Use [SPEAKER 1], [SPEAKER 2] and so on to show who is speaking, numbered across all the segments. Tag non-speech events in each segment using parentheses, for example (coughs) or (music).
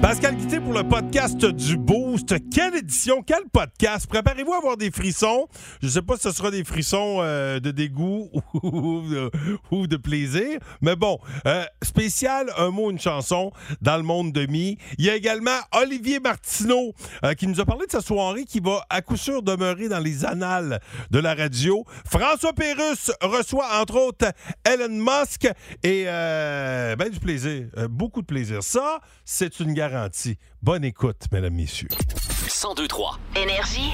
[SPEAKER 1] Pascal Guité pour le podcast du Boost. Quelle édition, quel podcast? Préparez-vous à avoir des frissons. Je ne sais pas si ce sera des frissons euh, de dégoût (laughs) ou de, ou de plaisir, mais bon, euh, spécial, un mot, une chanson dans le monde de mi. Il y a également Olivier Martineau euh, qui nous a parlé de sa soirée qui va à coup sûr demeurer dans les annales de la radio. François Pérusse reçoit entre autres Elon Musk et euh, ben, du plaisir, euh, beaucoup de plaisir. Ça, c'est une garantie. Bonne écoute, mesdames, messieurs.
[SPEAKER 2] 1023
[SPEAKER 3] Énergie.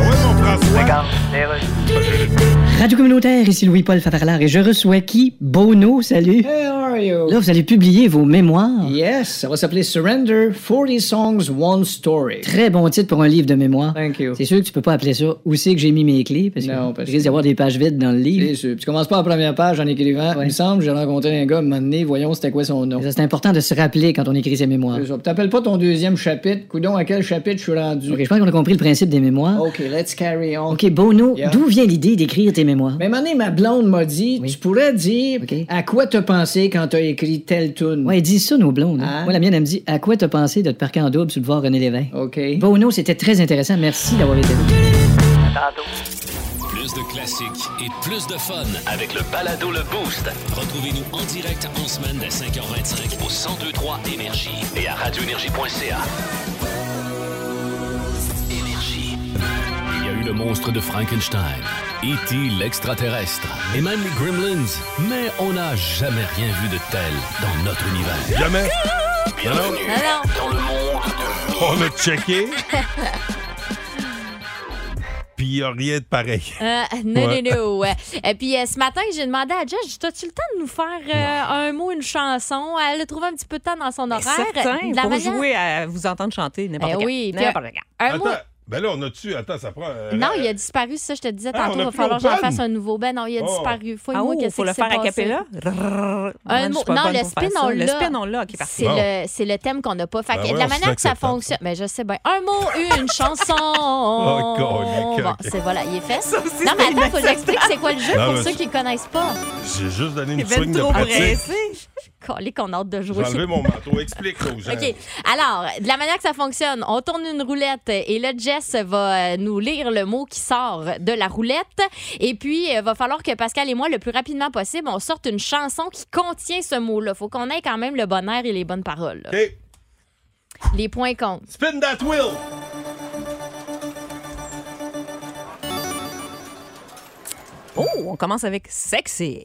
[SPEAKER 1] Oui, mon François.
[SPEAKER 4] Radio communautaire, ici Louis-Paul Favarlard et je reçois qui? Bono, salut.
[SPEAKER 5] Hey, how are you?
[SPEAKER 4] Là, vous allez publier vos mémoires.
[SPEAKER 5] Yes, ça va s'appeler Surrender, 40 Songs, One Story.
[SPEAKER 4] Très bon titre pour un livre de mémoire.
[SPEAKER 5] Thank you.
[SPEAKER 4] C'est sûr que tu peux pas appeler ça Où c'est que j'ai mis mes clés parce que
[SPEAKER 5] Non, parce
[SPEAKER 4] il risque d'y avoir des pages vides dans le livre.
[SPEAKER 5] C'est sûr. Puis tu commences pas la première page en écrivant. Il me semble, j'ai rencontré un gars, un moment donné, voyons c'était quoi son nom.
[SPEAKER 4] Mais ça, C'est important de se rappeler quand on écrit ses mémoires.
[SPEAKER 5] C'est ça. Puis T'appelles pas ton deuxième chapitre. Coudon, à quel chapitre je suis rendu?
[SPEAKER 4] Ok, je pense qu'on a compris le principe des mémoires.
[SPEAKER 5] OK, let's carry on.
[SPEAKER 4] Ok, Bono,
[SPEAKER 5] Yeah.
[SPEAKER 4] d'où vient l'idée d'écrire tes mémoires?
[SPEAKER 5] Mais un moment donné, ma blonde m'a dit, tu pourrais dire
[SPEAKER 4] OK.
[SPEAKER 5] à quoi t'as pensé quand t'as écrit telle tune.
[SPEAKER 4] Ouais, dis ça nos blondes. hein.
[SPEAKER 5] Ah.
[SPEAKER 4] Moi, la mienne, elle me dit À quoi t'as pensé de te parquer en double sur le voir René Lévesque?
[SPEAKER 5] OK.
[SPEAKER 4] Bono, c'était très intéressant. Merci d'avoir été là.
[SPEAKER 6] Plus de classiques et plus de fun.
[SPEAKER 2] avec le balado Le Boost
[SPEAKER 6] Retrouvez-nous en direct en semaine dès 5h25.
[SPEAKER 2] au 1023 Énergie et à radioénergie.ca. Énergie.
[SPEAKER 6] Il y a eu le monstre de Frankenstein, E.T. l'extraterrestre et même les Gremlins, mais on n'a jamais rien vu de tel dans notre univers.
[SPEAKER 1] Jamais.
[SPEAKER 2] Bienvenue
[SPEAKER 1] (laughs)
[SPEAKER 2] dans le monde de
[SPEAKER 1] On a checké. Puis il n'y a rien de pareil.
[SPEAKER 7] (laughs) Euh, non,
[SPEAKER 1] Ouais.
[SPEAKER 7] non, non. Ouais. Et puis euh, ce matin, j'ai demandé à Jess, t'as-tu le temps de nous faire euh, un mot, une chanson? Elle a trouvé un petit peu de temps dans son
[SPEAKER 8] Mais
[SPEAKER 7] horaire.
[SPEAKER 8] Certain,
[SPEAKER 7] de la
[SPEAKER 8] pour
[SPEAKER 7] manière-
[SPEAKER 8] jouer à vous entendre chanter Euh, n'importe
[SPEAKER 7] Eh
[SPEAKER 8] quand.
[SPEAKER 7] oui, puis-
[SPEAKER 8] n'importe quand.
[SPEAKER 7] Un mot.
[SPEAKER 1] Attends, ben là, on a-tu. Attends, ça prend. euh,
[SPEAKER 7] Non,
[SPEAKER 1] euh,
[SPEAKER 7] il a disparu, ça, je te disais
[SPEAKER 1] Ah,
[SPEAKER 7] tantôt,
[SPEAKER 1] on a
[SPEAKER 7] il va
[SPEAKER 1] plus
[SPEAKER 7] falloir que j'en
[SPEAKER 1] l'automne.
[SPEAKER 7] fasse un nouveau. Ben non, il a
[SPEAKER 1] Oh.
[SPEAKER 7] disparu. Faut
[SPEAKER 8] Ah
[SPEAKER 7] moi
[SPEAKER 8] oh,
[SPEAKER 7] qu'est-ce
[SPEAKER 8] faut
[SPEAKER 7] qui
[SPEAKER 8] le
[SPEAKER 7] s'est
[SPEAKER 8] faire à
[SPEAKER 7] passé?
[SPEAKER 8] capella?
[SPEAKER 7] Un
[SPEAKER 8] Rrrr. Moi, je
[SPEAKER 7] mot-
[SPEAKER 8] suis pas
[SPEAKER 7] non, le
[SPEAKER 8] bonne pour faire
[SPEAKER 7] spin,
[SPEAKER 8] ça.
[SPEAKER 7] on
[SPEAKER 8] Le
[SPEAKER 7] l'a.
[SPEAKER 8] spin, on l'a. OK, parfait.
[SPEAKER 7] C'est
[SPEAKER 1] Bon.
[SPEAKER 7] le, c'est le thème qu'on n'a pas. Fait que
[SPEAKER 1] Ben ouais,
[SPEAKER 7] de la
[SPEAKER 1] on
[SPEAKER 7] manière que ça
[SPEAKER 1] s'accepte, ça.
[SPEAKER 7] fonctionne. Mais je sais bien. Un mot,
[SPEAKER 1] (laughs)
[SPEAKER 7] une chanson.
[SPEAKER 1] colique,
[SPEAKER 7] Oh, bon,
[SPEAKER 1] Oh, Euh, ok.
[SPEAKER 7] c'est voilà, il est fait.
[SPEAKER 8] Ça aussi,
[SPEAKER 7] non, mais
[SPEAKER 8] c'est
[SPEAKER 7] attends, faut que j'explique c'est quoi le jeu
[SPEAKER 1] Non, mais
[SPEAKER 7] pour ceux
[SPEAKER 1] c'est-
[SPEAKER 7] qui ne connaissent pas.
[SPEAKER 1] J'ai juste donné
[SPEAKER 8] Il
[SPEAKER 1] une
[SPEAKER 8] va
[SPEAKER 1] swing
[SPEAKER 8] être
[SPEAKER 1] de
[SPEAKER 8] trop
[SPEAKER 1] pratique.
[SPEAKER 8] pressé.
[SPEAKER 7] Collé qu'on a hâte de
[SPEAKER 1] J'ai
[SPEAKER 7] jouer. (laughs)
[SPEAKER 1] enlevé mon manteau. Explique aux gens.
[SPEAKER 7] OK. Alors, de la manière que ça fonctionne, on tourne une roulette et là, Jess va euh, nous lire le mot qui sort de la roulette. Et puis, il va falloir que Pascal et moi, le plus rapidement possible, on sorte une chanson qui contient ce mot-là. faut qu'on ait quand même le bon air et les bonnes paroles. là.
[SPEAKER 1] OK.
[SPEAKER 7] Les points comptent.
[SPEAKER 1] Spin that wheel.
[SPEAKER 7] Eh
[SPEAKER 8] Oh, on commence avec sexy.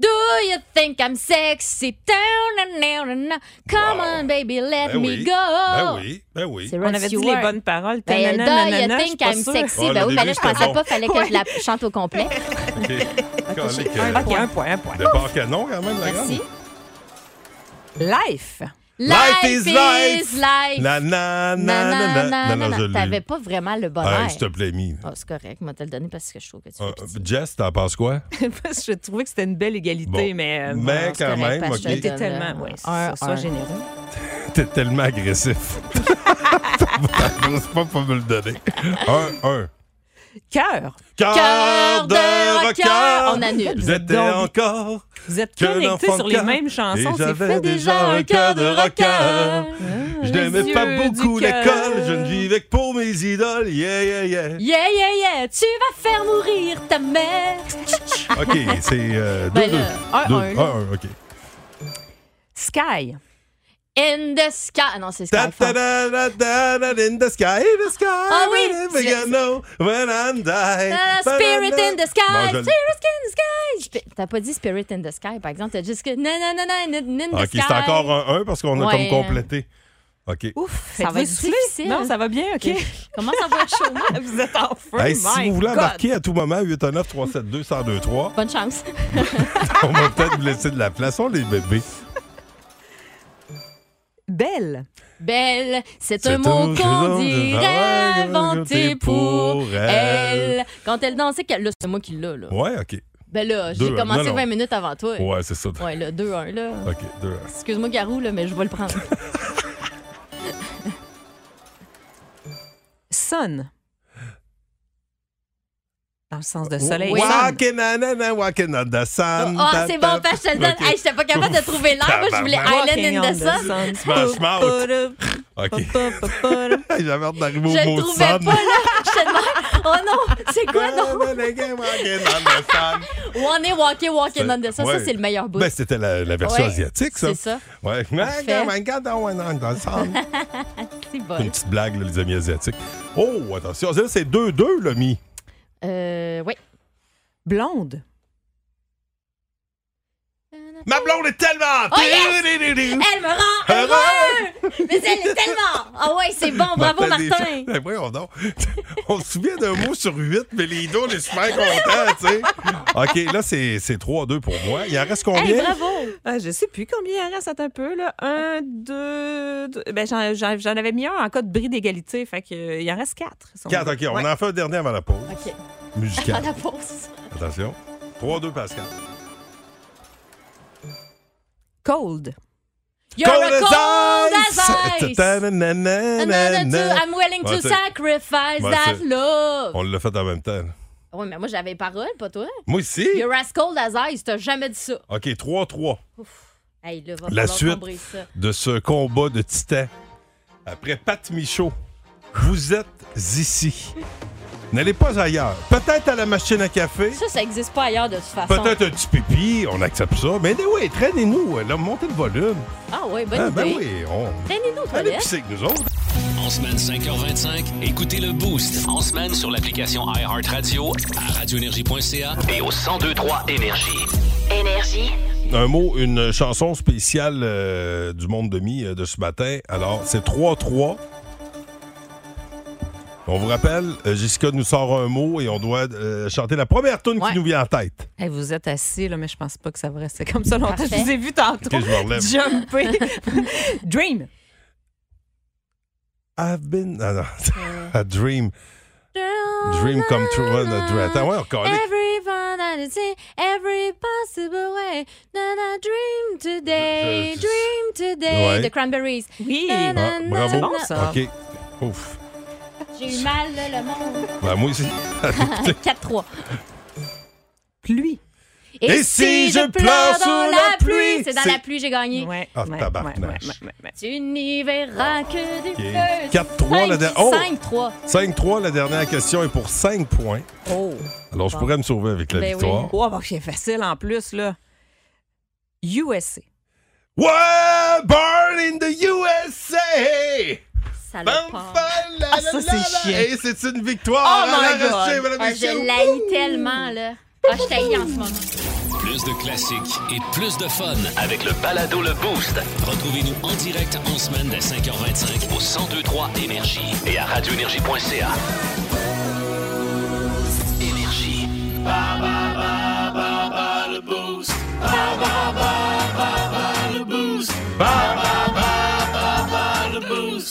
[SPEAKER 7] Do you think I'm sexy? Ta-na-na-na-na. Come
[SPEAKER 1] Wow.
[SPEAKER 7] on, baby, let
[SPEAKER 1] Ben
[SPEAKER 7] me
[SPEAKER 1] oui.
[SPEAKER 7] go.
[SPEAKER 1] Ben oui, ben oui.
[SPEAKER 7] C'est
[SPEAKER 8] On
[SPEAKER 7] Rod
[SPEAKER 8] avait dit
[SPEAKER 7] Stewart.
[SPEAKER 8] les bonnes paroles.
[SPEAKER 7] Ben, do you
[SPEAKER 8] Tanananana, je suis
[SPEAKER 7] think
[SPEAKER 8] pas
[SPEAKER 7] I'm
[SPEAKER 8] sûre.
[SPEAKER 7] sexy?
[SPEAKER 1] Oh,
[SPEAKER 7] ben
[SPEAKER 1] le
[SPEAKER 7] oui, ben
[SPEAKER 1] début,
[SPEAKER 7] là, je pensais
[SPEAKER 1] c'était
[SPEAKER 7] pas, fallait que je la chante au (laughs) complet.
[SPEAKER 1] OK. Calique, euh,
[SPEAKER 8] OK, un point, un point.
[SPEAKER 1] Départ canon, quand même, la
[SPEAKER 7] Merci.
[SPEAKER 1] grande.
[SPEAKER 8] Life.
[SPEAKER 7] Life is life.
[SPEAKER 1] Na, na, na, na, na, na, na, je l'ai
[SPEAKER 7] T'avais
[SPEAKER 1] eu. Ah,
[SPEAKER 7] pas vraiment le bonheur.
[SPEAKER 1] Hey, s'il te plaît, Mi.
[SPEAKER 7] Ah, c'est correct, m'a te le donné parce que je trouve que tu fais
[SPEAKER 1] Euh,
[SPEAKER 7] pitié.
[SPEAKER 1] Jess, t'en penses quoi? (laughs)
[SPEAKER 7] (laughs)
[SPEAKER 8] Parce que je trouvais que c'était une belle égalité,
[SPEAKER 1] Bon.
[SPEAKER 8] mais... euh,
[SPEAKER 1] Mais
[SPEAKER 7] c'est
[SPEAKER 1] quand
[SPEAKER 7] correct,
[SPEAKER 1] même,
[SPEAKER 7] parce que
[SPEAKER 1] OK.
[SPEAKER 7] je te
[SPEAKER 8] T'es
[SPEAKER 7] donne,
[SPEAKER 8] tellement...
[SPEAKER 7] euh,
[SPEAKER 8] Ouais,
[SPEAKER 7] un,
[SPEAKER 8] ça, sois
[SPEAKER 7] un.
[SPEAKER 8] généreux.
[SPEAKER 1] T'es tellement agressif. (laughs) T'ose pas pas me le donner. Un, un.
[SPEAKER 8] Cœur.
[SPEAKER 7] Cœur de rocker. On annule.
[SPEAKER 1] Vous étiez
[SPEAKER 8] Donc-
[SPEAKER 1] encore
[SPEAKER 8] Vous êtes
[SPEAKER 1] que l'enfant
[SPEAKER 8] connectés sur
[SPEAKER 1] de
[SPEAKER 8] les
[SPEAKER 1] cœur.
[SPEAKER 8] mêmes chansons.
[SPEAKER 1] Et
[SPEAKER 8] c'est
[SPEAKER 1] j'avais
[SPEAKER 8] fait.
[SPEAKER 1] déjà un cœur de rocker. Je
[SPEAKER 8] les
[SPEAKER 1] n'aimais pas
[SPEAKER 8] yeux
[SPEAKER 1] beaucoup
[SPEAKER 8] du cœur.
[SPEAKER 1] l'école, je ne vivais que pour mes idoles. Yeah, yeah, yeah.
[SPEAKER 7] Yeah, yeah, yeah, tu vas faire mourir ta mère.
[SPEAKER 1] (laughs) OK, c'est 2-2. Euh,
[SPEAKER 7] Ben
[SPEAKER 1] deux,
[SPEAKER 7] là,
[SPEAKER 1] deux.
[SPEAKER 7] un,
[SPEAKER 1] Deux,
[SPEAKER 7] un, là.
[SPEAKER 1] un, OK.
[SPEAKER 8] Sky.
[SPEAKER 7] In the sky. Ah Non, c'est
[SPEAKER 1] Ta
[SPEAKER 7] Skyfall.
[SPEAKER 1] ta da da da da in the sky, in the sky.
[SPEAKER 7] Ah oui,
[SPEAKER 1] whenever
[SPEAKER 7] tu-
[SPEAKER 1] you know when I'm dying.
[SPEAKER 7] Ah, Spirit in the
[SPEAKER 1] Bon,
[SPEAKER 7] sky,
[SPEAKER 1] je
[SPEAKER 7] Spirit in the sky. Je- T'as pas dit Spirit in the sky, par exemple. T'as juste que non, non, non, non, in the
[SPEAKER 1] OK,
[SPEAKER 7] sky.
[SPEAKER 1] c'est encore un 1 parce qu'on a
[SPEAKER 7] Ouais.
[SPEAKER 1] comme complété. OK.
[SPEAKER 8] Ouf,
[SPEAKER 7] Ça va
[SPEAKER 8] faites-vous
[SPEAKER 7] être
[SPEAKER 8] souffler?
[SPEAKER 7] difficile.
[SPEAKER 8] Non, ça va bien, OK.
[SPEAKER 7] Comment ça va être chaud? moi?
[SPEAKER 8] (laughs) vous êtes en feu,
[SPEAKER 1] Hey,
[SPEAKER 8] my
[SPEAKER 1] si vous voulez
[SPEAKER 8] God.
[SPEAKER 1] embarquer à tout moment, 819 372 1023
[SPEAKER 7] Bonne chance.
[SPEAKER 1] (laughs) on va peut-être vous laisser de la place. On les bébés.
[SPEAKER 8] Belle.
[SPEAKER 7] Belle, c'est un mot qu'on dirait inventé pour elle. Quand elle dansait, qu'elle- là, c'est moi qui l'a, là.
[SPEAKER 1] Ouais, OK.
[SPEAKER 7] Ben là,
[SPEAKER 1] Deux,
[SPEAKER 7] j'ai commencé
[SPEAKER 1] non, non.
[SPEAKER 7] 20 minutes avant toi. Ouais,
[SPEAKER 1] Ouais, c'est ça.
[SPEAKER 7] là, 2-1, là.
[SPEAKER 1] OK, deux.
[SPEAKER 7] Excuse-moi, Garou, là, mais je vais le prendre.
[SPEAKER 1] (laughs)
[SPEAKER 8] Sonne. Dans le sens de soleil. Sonne.
[SPEAKER 1] Walking on, on, walking on the sun.
[SPEAKER 7] Ah, c'est bon, Pache, je te le donne.
[SPEAKER 1] OK.
[SPEAKER 7] Hey, j'étais pas capable de trouver l'air. Moi, je voulais
[SPEAKER 8] Walking
[SPEAKER 7] Island in the Sun.
[SPEAKER 8] sun.
[SPEAKER 1] Smash Mouth. OK.
[SPEAKER 8] Pou-pou-pou-pou-pou.
[SPEAKER 7] (laughs)
[SPEAKER 1] (laughs) J'avais hâte d'arriver
[SPEAKER 7] Je
[SPEAKER 1] au
[SPEAKER 7] le
[SPEAKER 1] mot
[SPEAKER 7] trouvais pas,
[SPEAKER 1] sun.
[SPEAKER 7] là. J'étais de même. Oh non, c'est quoi, non?
[SPEAKER 1] Walking on the sun.
[SPEAKER 7] One est walking, walking on the sun. Ça,
[SPEAKER 1] Ouais.
[SPEAKER 7] c'est le meilleur bout.
[SPEAKER 1] Ben, c'était la, la version
[SPEAKER 7] Ouais.
[SPEAKER 1] asiatique, ça.
[SPEAKER 7] C'est ça.
[SPEAKER 1] Ouais.
[SPEAKER 7] Parfait.
[SPEAKER 1] Walking on the
[SPEAKER 7] (laughs)
[SPEAKER 1] sun.
[SPEAKER 7] C'est
[SPEAKER 1] C'est une
[SPEAKER 7] bon.
[SPEAKER 1] petite blague, là, les amis asiatiques. Oh, attention. Là, c'est 2-2, le mi.
[SPEAKER 7] Euh, oui.
[SPEAKER 8] Blonde.
[SPEAKER 1] Ma blonde est tellement.
[SPEAKER 7] Oh, yes! Elle me rend heureux! Mais elle est tellement! Ah ouais, c'est bon, bravo Martin!
[SPEAKER 1] Ben, voyons donc. (laughs) on se souvient d'un mot sur huit, mais les deux, on est super contents, tu sais. OK, là, c'est c'est 3-2 pour moi. Il en reste combien?
[SPEAKER 7] Hey, bravo!
[SPEAKER 8] Ah, je sais plus combien il en reste attends un peu. Là. Un, deux. deux. Ben, j'en, j'en- j'en avais mis un en cas de bris d'égalité. Fait que, euh, il en reste quatre. si on
[SPEAKER 1] Quatre,
[SPEAKER 8] veut.
[SPEAKER 1] OK, on
[SPEAKER 8] Ouais.
[SPEAKER 1] en fait un dernier avant la pause.
[SPEAKER 7] OK, (laughs) à
[SPEAKER 1] Musical.
[SPEAKER 7] la pause.
[SPEAKER 1] Attention. 3-2, Pascal.
[SPEAKER 8] Cold.
[SPEAKER 7] You're a
[SPEAKER 1] Cold
[SPEAKER 7] cold as
[SPEAKER 1] as ice!
[SPEAKER 7] ice! Another two,
[SPEAKER 1] Ta-ta-na-na-na-na.
[SPEAKER 7] I'm willing
[SPEAKER 1] Ouais,
[SPEAKER 7] to
[SPEAKER 1] c'est-
[SPEAKER 7] sacrifice
[SPEAKER 1] Ouais,
[SPEAKER 7] that
[SPEAKER 1] c'est-
[SPEAKER 7] love!
[SPEAKER 1] On l'a fait en même temps.
[SPEAKER 7] Ouais, mais moi j'avais les paroles, pas toi.
[SPEAKER 1] Moi ici.
[SPEAKER 7] You're as cold as ice, t'as jamais dit ça.
[SPEAKER 1] OK, 3-3
[SPEAKER 7] Hey, là, va
[SPEAKER 1] La
[SPEAKER 7] falloir
[SPEAKER 1] suite.
[SPEAKER 7] combrer ça.
[SPEAKER 1] de ce combat de titans. Après Pat Michaud, vous êtes ici. N'allez pas ailleurs. Peut-être à la machine à café.
[SPEAKER 7] Ça, ça n'existe pas ailleurs de toute façon.
[SPEAKER 1] Peut-être un petit pipi, on accepte ça. Mais oui, traînez-nous. Là, montez le volume.
[SPEAKER 7] Ah ouais, bonne
[SPEAKER 1] Ah,
[SPEAKER 7] idée.
[SPEAKER 1] ben oui, on...
[SPEAKER 7] Traînez-nous aux
[SPEAKER 1] Allez
[SPEAKER 7] toilettes.
[SPEAKER 1] pisser avec nous autres.
[SPEAKER 2] En semaine 5h25, écoutez le Boost. En semaine sur l'application iHeartRadio, à radioénergie.ca et au 1023 Énergie.
[SPEAKER 3] Énergie.
[SPEAKER 1] Un mot, une chanson spéciale euh, du monde de mi euh, de ce matin. Alors, c'est 3-3. On vous rappelle, euh, Jessica nous sort un mot et on doit euh, chanter la première tune
[SPEAKER 7] Ouais.
[SPEAKER 1] qui nous vient en tête.
[SPEAKER 8] Hey, vous êtes assis, là, mais je pense pas que ça va rester comme ça longtemps.
[SPEAKER 7] Parfait.
[SPEAKER 8] Je vous ai vu tantôt.
[SPEAKER 1] Ok, je me relève.
[SPEAKER 8] Jumper.
[SPEAKER 7] (laughs)
[SPEAKER 8] Dream.
[SPEAKER 1] I've been. Ah non, a dream. Dream come true. Ouais,
[SPEAKER 7] Na,
[SPEAKER 1] notre
[SPEAKER 7] na,
[SPEAKER 1] dream. Attends, ouais, encore. allez.
[SPEAKER 7] Every finality, every possible way. Na, na, dream today,
[SPEAKER 1] Je- je-
[SPEAKER 7] dream today.
[SPEAKER 1] Ouais.
[SPEAKER 7] The Cranberries.
[SPEAKER 8] Oui.
[SPEAKER 7] Na, na,
[SPEAKER 1] Ah, bravo.
[SPEAKER 8] C'est bon, ça.
[SPEAKER 1] OK. Ouf.
[SPEAKER 7] J'ai eu mal, là, le monde.
[SPEAKER 1] Ben, moi aussi. (laughs)
[SPEAKER 7] 4-3.
[SPEAKER 8] Pluie.
[SPEAKER 1] Et si je pleure sous la pluie?
[SPEAKER 7] C'est dans
[SPEAKER 1] C'est-
[SPEAKER 7] la pluie, j'ai gagné.
[SPEAKER 8] Ouais.
[SPEAKER 1] Ah,
[SPEAKER 8] ouais,
[SPEAKER 1] tabarnache.
[SPEAKER 8] ouais, ouais, ouais, ouais.
[SPEAKER 7] Tu n'y verras que du
[SPEAKER 1] OK.
[SPEAKER 7] feu.
[SPEAKER 1] 4-3, la dernière. Oh!
[SPEAKER 7] 5-3.
[SPEAKER 1] 5-3, la dernière question est pour 5 points.
[SPEAKER 8] Oh.
[SPEAKER 1] Alors, je pourrais me sauver avec la
[SPEAKER 7] Ben oui.
[SPEAKER 1] victoire.
[SPEAKER 8] Oh, bah, c'est facile en plus, là. USA.
[SPEAKER 1] Well, born in the USA!
[SPEAKER 7] Ça
[SPEAKER 1] Bam,
[SPEAKER 7] part.
[SPEAKER 1] bam, la,
[SPEAKER 8] Ah,
[SPEAKER 1] la,
[SPEAKER 8] ça,
[SPEAKER 1] la,
[SPEAKER 8] c'est
[SPEAKER 1] la.
[SPEAKER 8] chiant.
[SPEAKER 1] Et c'est une victoire!
[SPEAKER 8] Oh
[SPEAKER 1] à la
[SPEAKER 8] my God.
[SPEAKER 1] Russie, mesdames et
[SPEAKER 7] Ah,
[SPEAKER 1] messieurs.
[SPEAKER 7] je l'haïs tellement, là. Ah, je t'haïs en ce moment.
[SPEAKER 2] Plus de classiques et plus de fun. Avec le balado Le Boost
[SPEAKER 6] Retrouvez-nous en direct en semaine dès 5h25
[SPEAKER 2] au 1023 Énergie et à radioénergie.ca. Énergie.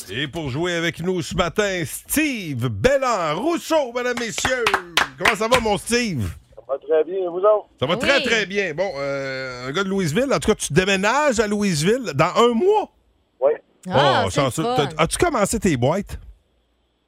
[SPEAKER 1] Et pour jouer avec nous ce matin, Steve Bellan Rousseau, mesdames, messieurs. Comment ça va, mon Steve? Ça va
[SPEAKER 7] Oui.
[SPEAKER 1] très bien, vous autres? Ça va très, très bien. Bon, euh, un gars de Louisville, en tout cas, tu déménages à Louisville dans un mois.
[SPEAKER 7] Ah,
[SPEAKER 1] Oh,
[SPEAKER 7] c'est le
[SPEAKER 1] chanceux.
[SPEAKER 7] fun.
[SPEAKER 1] T'as- As-tu commencé tes boîtes?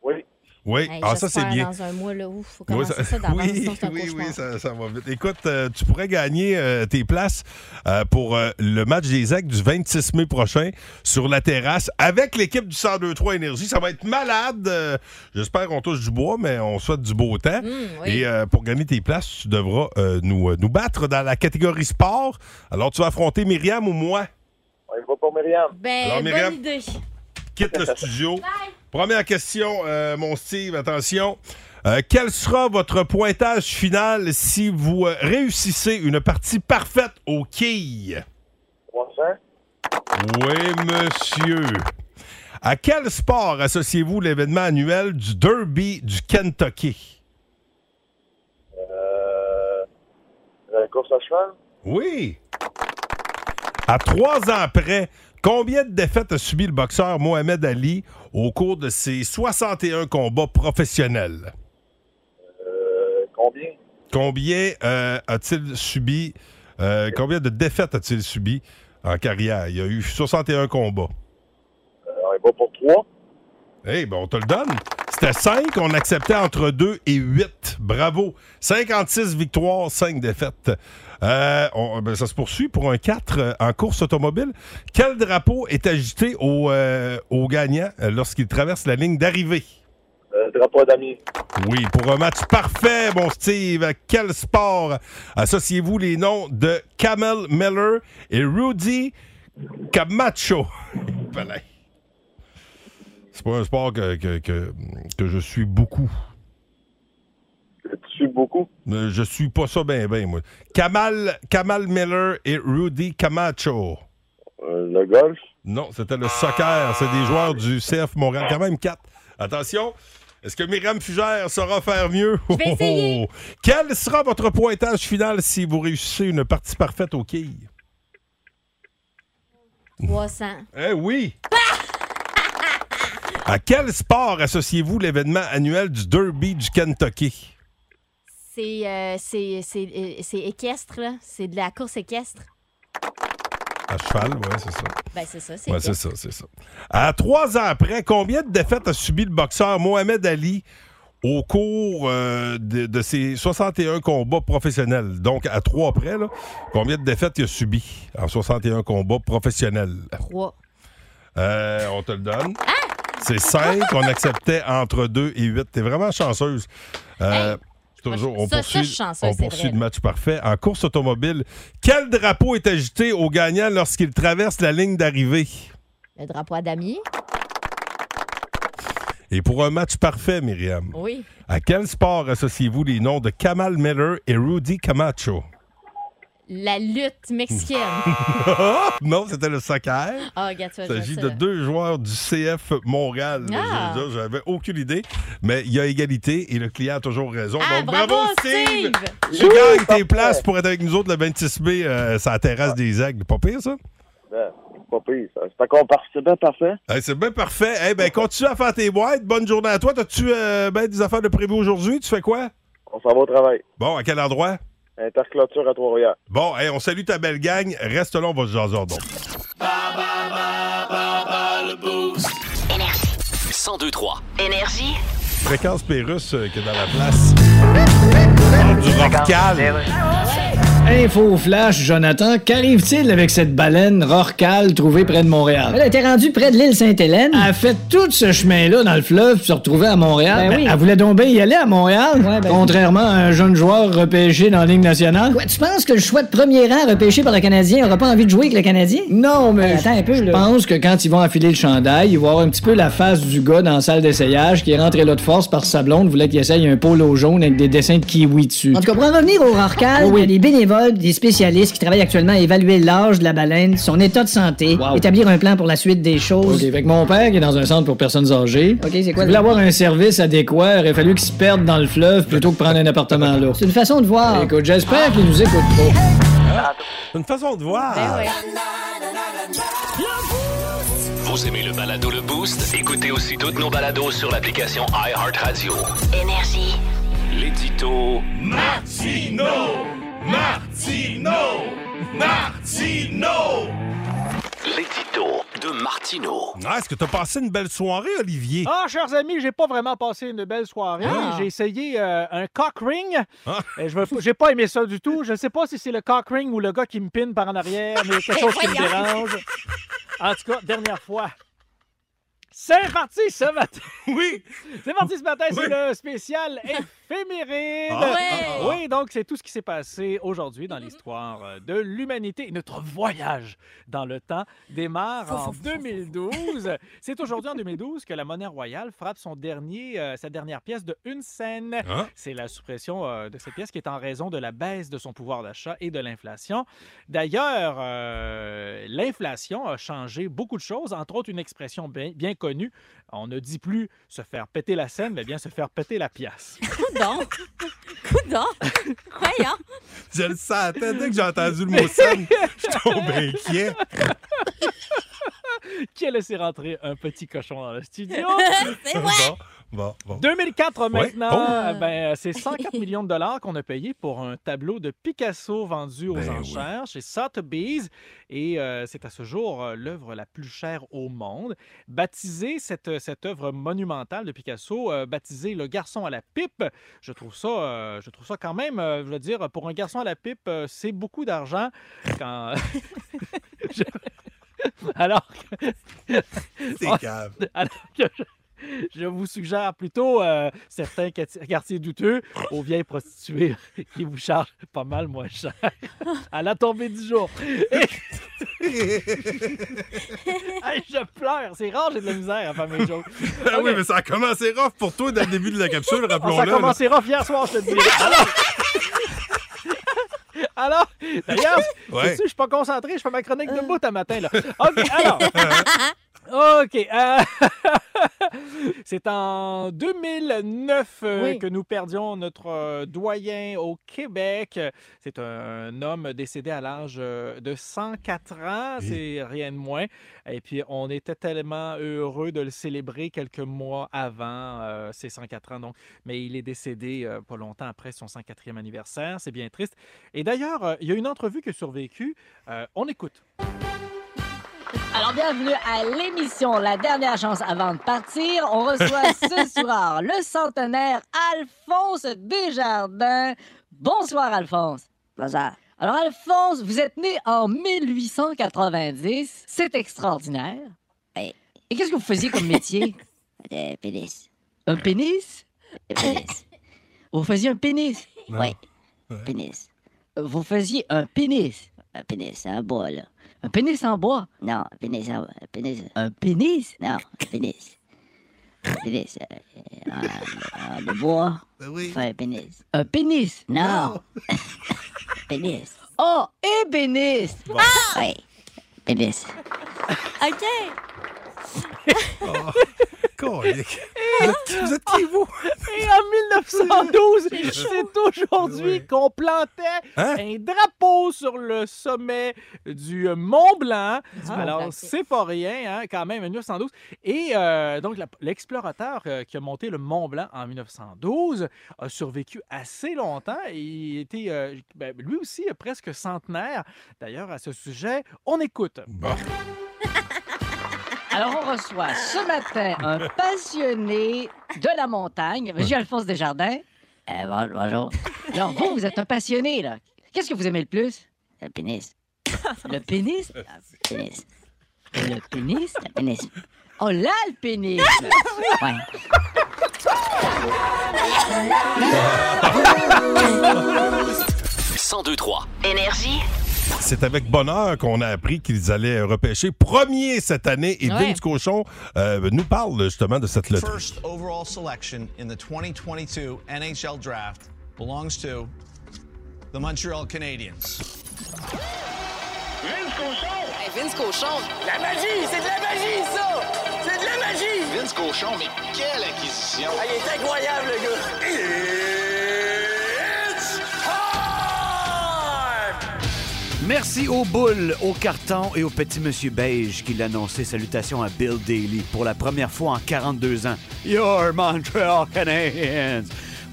[SPEAKER 9] Oui.
[SPEAKER 1] Oui.
[SPEAKER 7] Hey,
[SPEAKER 1] ah, ça, c'est
[SPEAKER 7] j'espère
[SPEAKER 1] bien.
[SPEAKER 7] Dans un mois, là, ouf, faut
[SPEAKER 1] Oui,
[SPEAKER 7] commencer ça, d'avance,
[SPEAKER 1] (laughs) oui,
[SPEAKER 7] sinon c'est un
[SPEAKER 1] oui,
[SPEAKER 7] cauchemar.
[SPEAKER 1] oui, ça, ça va vite. Écoute, euh, tu pourrais gagner euh, tes places euh, pour euh, le match des actes du 26 mai prochain sur la terrasse avec l'équipe du 1023 Énergie. Ça va être malade. Euh, J'espère qu'on touche du bois, mais on souhaite du beau temps.
[SPEAKER 7] Mm, oui.
[SPEAKER 1] Et euh, pour gagner tes places, tu devras euh, nous, euh, nous battre dans la catégorie sport. Alors, tu vas affronter Myriam ou moi.
[SPEAKER 9] On y va pour Myriam.
[SPEAKER 7] Ben,
[SPEAKER 1] Alors,
[SPEAKER 7] bonne
[SPEAKER 1] Myriam-
[SPEAKER 7] idée.
[SPEAKER 1] Quitte le studio. Première question, euh, mon Steve, attention. Euh, quel sera votre pointage final si vous euh, réussissez une partie parfaite au quilles?
[SPEAKER 9] 300.
[SPEAKER 1] Oui, monsieur. À quel sport associez-vous l'événement annuel du Derby du Kentucky?
[SPEAKER 9] Euh, la course à cheval.
[SPEAKER 1] Oui. À trois ans près, combien de défaites a subi le boxeur Mohamed Ali au cours de ses 61 combats professionnels?
[SPEAKER 9] Euh, combien?
[SPEAKER 1] Combien euh, a-t-il subi, euh, combien de défaites a-t-il subi en carrière? Il y a eu 61 combats.
[SPEAKER 9] Alors, Euh, il va pour 3.
[SPEAKER 1] Eh ben on te le donne. C'était 5, on acceptait entre 2 et 8. Bravo. 56 victoires, 5 défaites. Euh, on- ben, ça se poursuit pour un 4 euh, en course automobile. Quel drapeau est agité au, euh, au gagnant euh, lorsqu'il traverse la ligne d'arrivée?
[SPEAKER 9] Euh, drapeau d'amis.
[SPEAKER 1] Oui, pour un match parfait, bon Steve. Quel sport? Associez-vous les noms de Camel Miller et Rudy Camacho. Voilà. C'est pas un sport que, que, que- que je suis beaucoup.
[SPEAKER 9] Je te suis beaucoup.
[SPEAKER 1] Euh, Je suis pas ça bien, bien, moi. Kamal, Kamal Miller et Rudy Camacho.
[SPEAKER 9] Euh, le golf.
[SPEAKER 1] Non, c'était le soccer. C'est des joueurs du CF Montréal. Quand même quatre. Attention. Est-ce que Myriam Fugère saura faire mieux?
[SPEAKER 7] Je vais essayer.
[SPEAKER 1] Oh, oh. Quel sera votre pointage final si vous réussissez une partie parfaite au quilles?
[SPEAKER 7] 300.
[SPEAKER 1] Eh oui! à quel sport associez-vous l'événement annuel du Derby du Kentucky?
[SPEAKER 7] C'est euh, c'est- c'est- euh, c'est équestre, là. C'est de la course équestre.
[SPEAKER 1] À cheval, ouais, c'est ça.
[SPEAKER 7] Ben, c'est ça. C'est
[SPEAKER 1] Ouais, c'est
[SPEAKER 7] équestre.
[SPEAKER 1] ça, c'est ça. À trois ans après, combien de défaites a subi le boxeur Mohamed Ali au cours euh, de, de ses 61 combats professionnels? Donc, à trois après, là, combien de défaites il a subi en 61 combats professionnels?
[SPEAKER 7] Trois.
[SPEAKER 1] Euh, on te le donne.
[SPEAKER 7] Hein?
[SPEAKER 1] C'est cinq. On acceptait entre deux et huit. T'es vraiment chanceuse. Euh, Toujours, on
[SPEAKER 7] Ça, ça, je
[SPEAKER 1] poursuit,
[SPEAKER 7] suis chanceuse,
[SPEAKER 1] on
[SPEAKER 7] c'est
[SPEAKER 1] poursuit
[SPEAKER 7] vrai.
[SPEAKER 1] le match parfait. En course automobile, quel drapeau est agité au gagnant lorsqu'il traverse la ligne d'arrivée?
[SPEAKER 7] Le drapeau à damier.
[SPEAKER 1] Et pour un match parfait, Myriam,
[SPEAKER 7] Oui.
[SPEAKER 1] à quel sport associez-vous les noms de Kamal Miller et Rudy Camacho? (laughs)
[SPEAKER 7] La lutte mexicaine.
[SPEAKER 1] non, c'était le soccer.
[SPEAKER 7] Ah, regarde, tu vas
[SPEAKER 1] Il
[SPEAKER 7] jouer
[SPEAKER 1] s'agit
[SPEAKER 7] ça,
[SPEAKER 1] de
[SPEAKER 7] là.
[SPEAKER 1] deux joueurs du CF Montréal.
[SPEAKER 7] Ah.
[SPEAKER 1] Je- je- J'avais aucune idée, mais il y a égalité et le client a toujours raison.
[SPEAKER 7] Ah,
[SPEAKER 1] Donc,
[SPEAKER 7] bravo, Steve!
[SPEAKER 1] Tu gagnes tes places pour être avec nous autres le 26 mai euh, sur la terrasse des Aigles. Pas pire, ça?
[SPEAKER 9] Ben, c'est pas pire, ça. C'est encore parti, c'est bien parfait.
[SPEAKER 1] Hey, c'est bien parfait. Eh ben, continue à faire tes boîtes. Bonne journée à toi. T'as-tu euh, ben, des affaires de prévu aujourd'hui? Tu fais quoi?
[SPEAKER 9] On s'en va au travail.
[SPEAKER 1] Bon, à quel endroit?
[SPEAKER 9] Interclôture à Trois-Rivières.
[SPEAKER 1] Bon, hey, on salue ta belle gang. Reste là, on va se jaser hors d'onde.
[SPEAKER 2] 1023.
[SPEAKER 3] Énergie.
[SPEAKER 1] Fréquence Pérusse euh, qui est dans la place. Ah, du rock calme.
[SPEAKER 5] Info flash, Jonathan, qu'arrive-t-il avec cette baleine rorcale trouvée près de Montréal?
[SPEAKER 4] Elle a été rendue près de l'île Sainte-Hélène.
[SPEAKER 5] Elle a fait tout ce chemin-là dans le fleuve pour se retrouver à Montréal.
[SPEAKER 4] Ben oui.
[SPEAKER 5] Elle voulait donc bien y aller à Montréal,
[SPEAKER 4] Ouais, ben-
[SPEAKER 5] contrairement à un jeune joueur repêché dans la Ligue nationale.
[SPEAKER 4] Quoi, tu penses que le choix de premier rang repêché par le Canadien aura pas envie de jouer avec le Canadien?
[SPEAKER 5] Non, mais
[SPEAKER 4] Hey, attends un peu,
[SPEAKER 5] je
[SPEAKER 4] là.
[SPEAKER 5] pense que quand ils vont affiler le chandail, ils vont avoir un petit peu la face du gars dans la salle d'essayage qui est rentré là de force par sa blonde, voulait qu'il essaye un polo jaune avec des dessins de kiwi dessus.
[SPEAKER 4] En tout cas, pour en revenir au Rorcal,
[SPEAKER 5] Oui, Oh oui.
[SPEAKER 4] il y a des bénévoles, des spécialistes qui travaillent actuellement à évaluer l'âge de la baleine, son état de santé,
[SPEAKER 5] Wow.
[SPEAKER 4] établir un plan pour la suite des
[SPEAKER 5] OK,
[SPEAKER 4] choses.
[SPEAKER 5] fait que mon père qui est dans un centre pour personnes âgées.
[SPEAKER 4] OK, c'est quoi
[SPEAKER 5] S'il
[SPEAKER 4] le-
[SPEAKER 5] voulait avoir un service adéquat, il aurait fallu qu'il se perde dans le fleuve plutôt que prendre un appartement là.
[SPEAKER 4] C'est une façon de voir.
[SPEAKER 5] Écoute, j'espère qu'il nous écoute pas.
[SPEAKER 1] C'est une façon de voir.
[SPEAKER 7] Ben ouais.
[SPEAKER 2] Vous aimez le balado Le Boost? Écoutez aussi toutes nos balados sur l'application iHeartRadio.
[SPEAKER 3] Énergie.
[SPEAKER 2] L'édito
[SPEAKER 1] Martino! Martino! Martino!
[SPEAKER 2] L'édito de Martineau.
[SPEAKER 1] Ah, Est-ce que t'as passé une belle soirée, Olivier?
[SPEAKER 10] Ah, chers amis, j'ai pas vraiment passé une belle soirée.
[SPEAKER 7] Ah.
[SPEAKER 10] J'ai essayé euh, un cock ring.
[SPEAKER 1] Ah.
[SPEAKER 10] Euh, Je veux- j'ai pas aimé ça du tout. Je sais pas si c'est le cock ring ou le gars qui me pine par en arrière, mais
[SPEAKER 4] (laughs)
[SPEAKER 10] quelque chose qui me dérange. En tout cas, dernière fois. C'est parti ce matin.
[SPEAKER 1] Oui!
[SPEAKER 10] C'est parti ce matin, c'est
[SPEAKER 1] Oui.
[SPEAKER 10] le spécial éphéméride.
[SPEAKER 1] Ah,
[SPEAKER 7] Ouais. ah, ah.
[SPEAKER 10] Oui, donc c'est tout ce qui s'est passé aujourd'hui dans l'histoire euh, de l'humanité. Notre voyage dans le temps démarre en 2012. C'est aujourd'hui en 2012 que la monnaie royale frappe son dernier, euh, sa dernière pièce de une scène.
[SPEAKER 1] Hein?
[SPEAKER 10] C'est la suppression euh, de cette pièce qui est en raison de la baisse de son pouvoir d'achat et de l'inflation. D'ailleurs, euh, l'inflation a changé beaucoup de choses, entre autres une expression bien, bien connue. On ne dit plus se faire péter la scène, mais bien se faire péter la pièce.
[SPEAKER 7] (laughs) Coudon. Coudon. Voyons.
[SPEAKER 1] (laughs) Je le
[SPEAKER 10] (laughs)
[SPEAKER 1] sentais dès que j'ai entendu le mot scène. Je suis tombé inquiet.
[SPEAKER 10] qui a laissé rentrer un petit cochon dans le studio.
[SPEAKER 7] (laughs) C'est vrai.
[SPEAKER 1] (laughs) Bon, bon, Oh. bon.
[SPEAKER 10] 2004 maintenant,
[SPEAKER 7] Ouais.
[SPEAKER 10] euh, ben, c'est 104 millions de dollars qu'on a payé pour un tableau de Picasso vendu aux
[SPEAKER 1] Ben oui.
[SPEAKER 10] enchères chez Sotheby's et euh, c'est à ce jour euh, l'œuvre la plus chère au monde. Baptisé cette, euh, cette œuvre monumentale de Picasso, euh, baptisé Le garçon à la pipe, je trouve ça, euh, je trouve ça quand même, euh, je veux dire, pour un garçon à la pipe, euh, c'est beaucoup d'argent
[SPEAKER 1] (laughs)
[SPEAKER 10] quand... Je- (laughs) Alors, Oh,
[SPEAKER 1] C'est cave.
[SPEAKER 10] (laughs) alors que je, je vous suggère plutôt euh, certains quati- quartiers douteux aux vieilles prostituées (laughs) qui vous chargent pas mal moins cher à la tombée du jour. Hey, je pleure, c'est rare, j'ai de la misère à faire mes jokes.
[SPEAKER 1] Ben oui,
[SPEAKER 10] Ok.
[SPEAKER 1] mais ça a commencé rough pour toi dès le début de la (laughs) capsule,
[SPEAKER 10] Ah, ça
[SPEAKER 1] rappelons-le. là.
[SPEAKER 10] commencé rough hier soir, je
[SPEAKER 1] (laughs)
[SPEAKER 10] te dis. Alors, alors d'ailleurs,
[SPEAKER 1] Ouais. Euh.
[SPEAKER 10] sais-tu, je suis pas concentré, je fais ma chronique de bout à matin. Là. OK,
[SPEAKER 1] (laughs)
[SPEAKER 10] alors. OK. euh, C'est en 2009 euh,
[SPEAKER 7] Oui.
[SPEAKER 10] que nous perdions notre euh, doyen au Québec. C'est un homme décédé à l'âge euh, de 104 ans,
[SPEAKER 1] Oui.
[SPEAKER 10] c'est rien de moins. Et puis, on était tellement heureux de le célébrer quelques mois avant euh, ses 104 ans. Donc, mais il est décédé euh, pas longtemps après son 104e anniversaire. C'est bien triste. Et d'ailleurs, euh, il y a une entrevue qui a survécu. Euh, on écoute.
[SPEAKER 3] Alors, bienvenue à l'émission La dernière chance avant de partir. On (laughs) reçoit ce soir le centenaire Alphonse Desjardins. Bonsoir, Alphonse. Bonsoir. Alors, Alphonse, vous êtes né en 1890. C'est extraordinaire.
[SPEAKER 4] Oui.
[SPEAKER 3] Et qu'est-ce que vous faisiez comme métier?
[SPEAKER 4] Le Euh, pénis.
[SPEAKER 3] un pénis?
[SPEAKER 4] Le pénis.
[SPEAKER 3] (coughs) Vous faisiez un pénis? Euh,
[SPEAKER 1] Non.
[SPEAKER 4] Ouais. pénis.
[SPEAKER 3] Vous faisiez un pénis?
[SPEAKER 4] Un pénis en bois, là.
[SPEAKER 3] Un pénis en bois?
[SPEAKER 4] Non, un pénis en bois. Un pénis.
[SPEAKER 3] Un pénis?
[SPEAKER 4] Non, un pénis. Un pénis. euh, euh, en- en- de bois.
[SPEAKER 1] Ben Oui.
[SPEAKER 4] Faire un pénis.
[SPEAKER 3] Un pénis?
[SPEAKER 4] Non. (laughs) pénis.
[SPEAKER 3] (laughs) Oh, ébéniste!
[SPEAKER 4] Oui. Pénis.
[SPEAKER 7] OK.
[SPEAKER 1] Colique. Vous êtes- Vous êtes qui, vous?
[SPEAKER 10] (laughs) Et en 1912, c'est aujourd'hui qu'on plantait
[SPEAKER 1] Hein?
[SPEAKER 10] un drapeau sur le sommet du euh, Mont Blanc.
[SPEAKER 7] Mont Blanc,
[SPEAKER 10] Alors, c'est pas rien, hein, quand même, 1912. Et euh, donc, la- l'explorateur euh, qui a monté le Mont Blanc en 1912 a survécu assez longtemps. Il était, euh, ben, lui aussi, euh, presque centenaire. D'ailleurs, à ce sujet, on écoute.
[SPEAKER 1] Bon.
[SPEAKER 3] Alors, on reçoit ce matin un passionné de la montagne, M. Alphonse Desjardins.
[SPEAKER 5] Eh,
[SPEAKER 4] Euh, bon- bonjour.
[SPEAKER 3] Alors, vous, vous êtes un passionné, là. Qu'est-ce que vous aimez le plus?
[SPEAKER 4] Le pénis.
[SPEAKER 3] Le pénis?
[SPEAKER 4] Pénis.
[SPEAKER 3] Le pénis?
[SPEAKER 4] Le pénis.
[SPEAKER 3] Oh là, le pénis!
[SPEAKER 4] Ouais.
[SPEAKER 1] C'est avec bonheur qu'on a appris qu'ils allaient euh, repêcher premier cette année et
[SPEAKER 7] Ouais.
[SPEAKER 1] Vince Cochon euh, nous parle justement de cette loterie.
[SPEAKER 11] First overall selection in the 2022 NHL draft belongs to the Montreal Canadiens.
[SPEAKER 3] Vince Cochon!
[SPEAKER 2] Vince Cochon, mais quelle acquisition!
[SPEAKER 12] Merci aux boules, aux cartons et au petit monsieur beige qui l'annonçait. Salutations à Bill Daly pour la première fois en 42 ans. Your Montreal Canadiens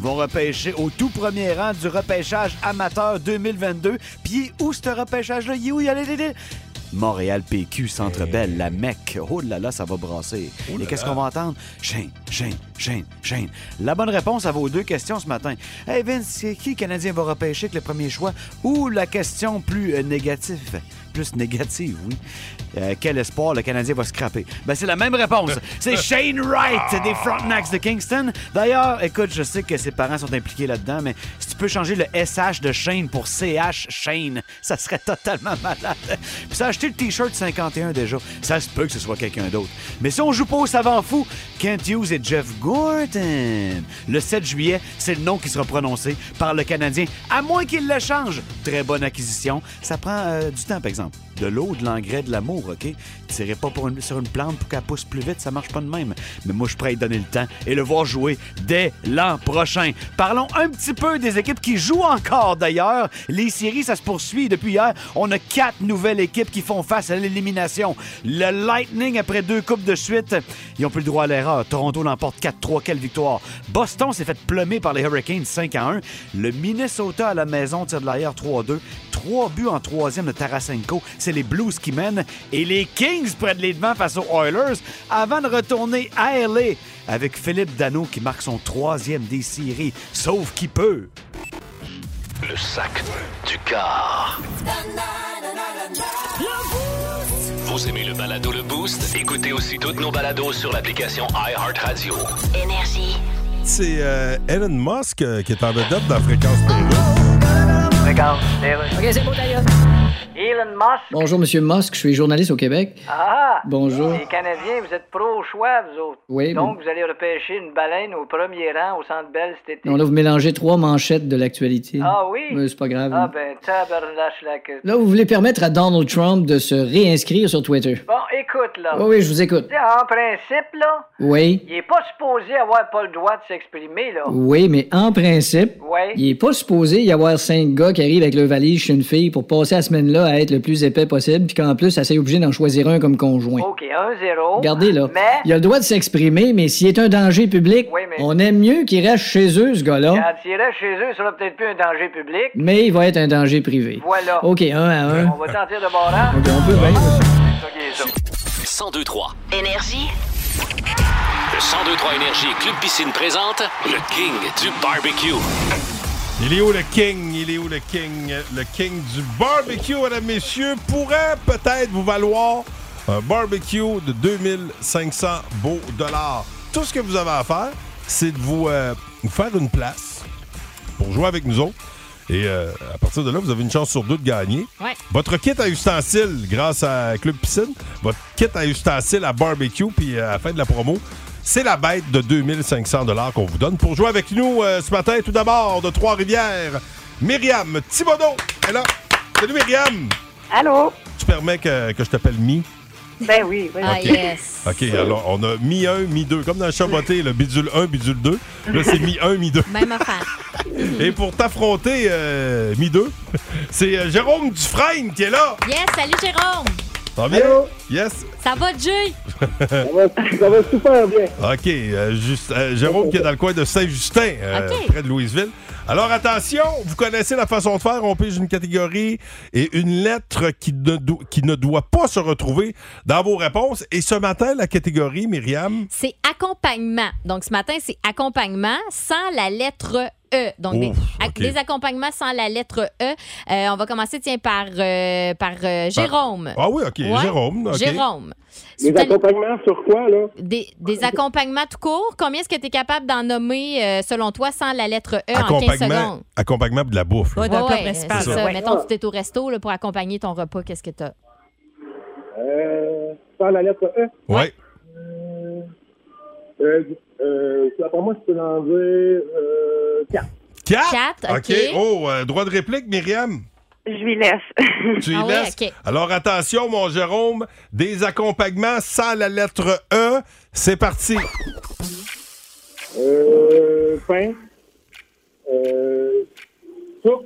[SPEAKER 12] vont repêcher au tout premier rang du repêchage amateur 2022. Puis où ce repêchage-là? Il est où? Il y a les- les- les- Montréal PQ, Centre Belle, la Mecque. Oh là là, ça va brasser. Et qu'est-ce qu'on va entendre? Shane, Shane, Shane, Shane. La bonne réponse à vos deux questions ce matin. Hey Vince, c'est qui le Canadien va repêcher avec le premier choix? Ou la question plus euh, négative? Plus négative, oui. Euh, quel espoir le Canadien va scraper? Ben, c'est la même réponse. C'est Shane Wright des Frontenacs de Kingston. D'ailleurs, écoute, je sais que ses parents sont impliqués là-dedans, mais si tu peux changer le SH de Shane pour CH Shane, ça serait totalement malade. Puis ça a acheté le T-shirt 51 déjà. Ça se peut que ce soit quelqu'un d'autre. Mais si on joue pas au savant fou, Kent Hughes et Jeff Gordon. Le 7 juillet, c'est le nom qui sera prononcé par le Canadien, à moins qu'il le change. Très bonne acquisition. Ça prend euh, du temps, par exemple. De l'eau, de l'engrais, de l'amour, OK? Tirez pas pour une- sur une plante pour qu'elle pousse plus vite, ça marche pas de même. Mais moi, je suis prêt à y donner le temps et le voir jouer dès l'an prochain. Parlons un petit peu des équipes équipes qui jouent encore d'ailleurs. Les séries, ça se poursuit depuis hier. On a quatre nouvelles équipes qui font face à l'élimination. Le Lightning, après deux coupes de suite, ils ont plus le droit à l'erreur. Toronto l'emporte 4-3. Quelle victoire! Boston s'est fait plumer par les Hurricanes 5-1. Le Minnesota à la maison tire de l'arrière 3-2. Trois buts en troisième de Tarasenko. C'est les Blues qui mènent. Et les Kings prennent les devants face aux Oilers avant de retourner à LA avec Philippe Dano qui marque son troisième des séries. Sauf qui peut.
[SPEAKER 2] Le sac du car. Vous aimez le balado Le Boost? Écoutez aussi toutes nos balados sur l'application iHeartRadio. Énergie.
[SPEAKER 1] C'est euh, Elon Musk euh, qui est en vedette dans Fréquence Pérusse.
[SPEAKER 13] OK, c'est beau, d'ailleurs. Elon Musk.
[SPEAKER 5] Bonjour, Monsieur Musk. Je suis journaliste au Québec.
[SPEAKER 13] Ah!
[SPEAKER 5] Bonjour.
[SPEAKER 13] Les Canadiens, vous êtes pro au choix, vous autres.
[SPEAKER 5] Oui,
[SPEAKER 13] Donc,
[SPEAKER 5] mais-
[SPEAKER 13] vous allez repêcher une baleine au premier rang au Centre Bell cet été.
[SPEAKER 5] Non, là, vous mélangez trois manchettes de l'actualité.
[SPEAKER 13] Ah oui?
[SPEAKER 5] Mais c'est pas grave.
[SPEAKER 13] Ah
[SPEAKER 5] là.
[SPEAKER 13] ben, tabarnache la queue.
[SPEAKER 5] Là, vous voulez permettre à Donald Trump de se réinscrire sur Twitter.
[SPEAKER 13] Bon, écoute, là.
[SPEAKER 5] Oui, oui, je vous écoute.
[SPEAKER 13] Tu sais, En principe, là,
[SPEAKER 5] Oui.
[SPEAKER 13] il est pas supposé avoir pas le droit de s'exprimer, là.
[SPEAKER 5] Oui, mais en principe,
[SPEAKER 13] Ouais.
[SPEAKER 5] il est pas supposé y avoir cinq gars qui arrivent avec leur valise chez une fille pour passer la semaine-là à être le plus épais possible, puis qu'en plus, ça s'est obligé d'en choisir un comme conjoint.
[SPEAKER 13] OK, 1-0.
[SPEAKER 5] Regardez, là.
[SPEAKER 13] Mais,
[SPEAKER 5] Il a le droit de s'exprimer, mais s'il est un danger public,
[SPEAKER 13] Oui, mais-
[SPEAKER 5] on aime mieux qu'il reste chez eux, ce gars-là,
[SPEAKER 13] quand il reste chez eux, ce sera peut-être plus un danger public.
[SPEAKER 5] mais il va être un danger privé.
[SPEAKER 13] Voilà.
[SPEAKER 5] OK, un à un.
[SPEAKER 13] On va tenter de hein? barrage.
[SPEAKER 5] OK, on peut ben, bien, là.
[SPEAKER 2] 1023 Énergie. Le 1023 Énergie et Club Piscine présente le King du barbecue.
[SPEAKER 1] Il est où le king? Il est où le king? Le king du barbecue, mesdames, messieurs, pourrait peut-être vous valoir un barbecue de 2500 beaux dollars. Tout ce que vous avez à faire, c'est de vous, euh, vous faire une place pour jouer avec nous autres. Et euh, à partir de là, vous avez une chance sur deux de gagner.
[SPEAKER 7] Ouais.
[SPEAKER 1] Votre kit à ustensiles, grâce à Club Piscine, votre kit à ustensiles à barbecue, puis euh, à la fin de la promo, c'est la bête de 2500 qu'on vous donne pour jouer avec nous euh, ce matin. Tout d'abord, de Trois-Rivières, Myriam Thibodeau est là. Salut Myriam!
[SPEAKER 14] Allô?
[SPEAKER 1] Tu permets que, que je t'appelle Mi?
[SPEAKER 14] Ben oui,
[SPEAKER 7] Ah,
[SPEAKER 14] oui.
[SPEAKER 1] OK. (laughs) OK, alors on a Mi 1, Mi 2, comme dans le chaboté, le bidule 1, bidule 2. Là, c'est Mi 1, Mi 2.
[SPEAKER 7] Même affaire.
[SPEAKER 1] (laughs) Et pour t'affronter, euh, Mi 2, (laughs) c'est euh, Jérôme Dufresne qui est là.
[SPEAKER 7] Ah, Yes, salut Jérôme.
[SPEAKER 1] Ça va bien? Yes.
[SPEAKER 7] Ça va, Jay?
[SPEAKER 1] ça, va, super bien. (laughs) OK. euh, juste- euh, Jérôme qui est dans le coin de Saint-Justin, euh,
[SPEAKER 7] OK.
[SPEAKER 1] près de Louisville. Alors attention, vous connaissez la façon de faire. On pige une catégorie et une lettre qui ne, do- qui ne doit pas se retrouver dans vos réponses. Et ce matin, la catégorie, Myriam.
[SPEAKER 7] C'est accompagnement. Donc, ce matin, c'est accompagnement sans la lettre E. Donc, des,
[SPEAKER 1] Ouf,
[SPEAKER 7] ac-
[SPEAKER 1] ok.
[SPEAKER 7] des accompagnements sans la lettre E. Euh, on va commencer, tiens, par, euh, par euh, Jérôme.
[SPEAKER 1] Ah oui, OK, Jérôme, OK.
[SPEAKER 7] Jérôme.
[SPEAKER 14] Les accompagnements sur quoi, là?
[SPEAKER 7] Des, des accompagnements tout court. Combien est-ce que tu es capable d'en nommer, euh, selon toi, sans la lettre E en 15
[SPEAKER 1] accompagnement,
[SPEAKER 7] secondes?
[SPEAKER 1] accompagnement de la bouffe. là.
[SPEAKER 7] Ouais, ouais, c'est ça.
[SPEAKER 14] ouais.
[SPEAKER 7] Mettons, tu es au resto là, pour accompagner ton repas. Qu'est-ce que tu as?
[SPEAKER 14] Euh, sans la lettre E.
[SPEAKER 1] Ouais.
[SPEAKER 14] Euh, euh, euh, pour moi, je peux en dire euh, quatre.
[SPEAKER 1] Quatre.
[SPEAKER 14] Quatre, OK.
[SPEAKER 1] Oh, euh, droit de réplique, Myriam.
[SPEAKER 14] Je lui laisse.
[SPEAKER 1] Tu y laisses. Alors attention, mon Jérôme, des accompagnements sans la lettre E. C'est parti.
[SPEAKER 14] Euh, pain. Euh, soupe.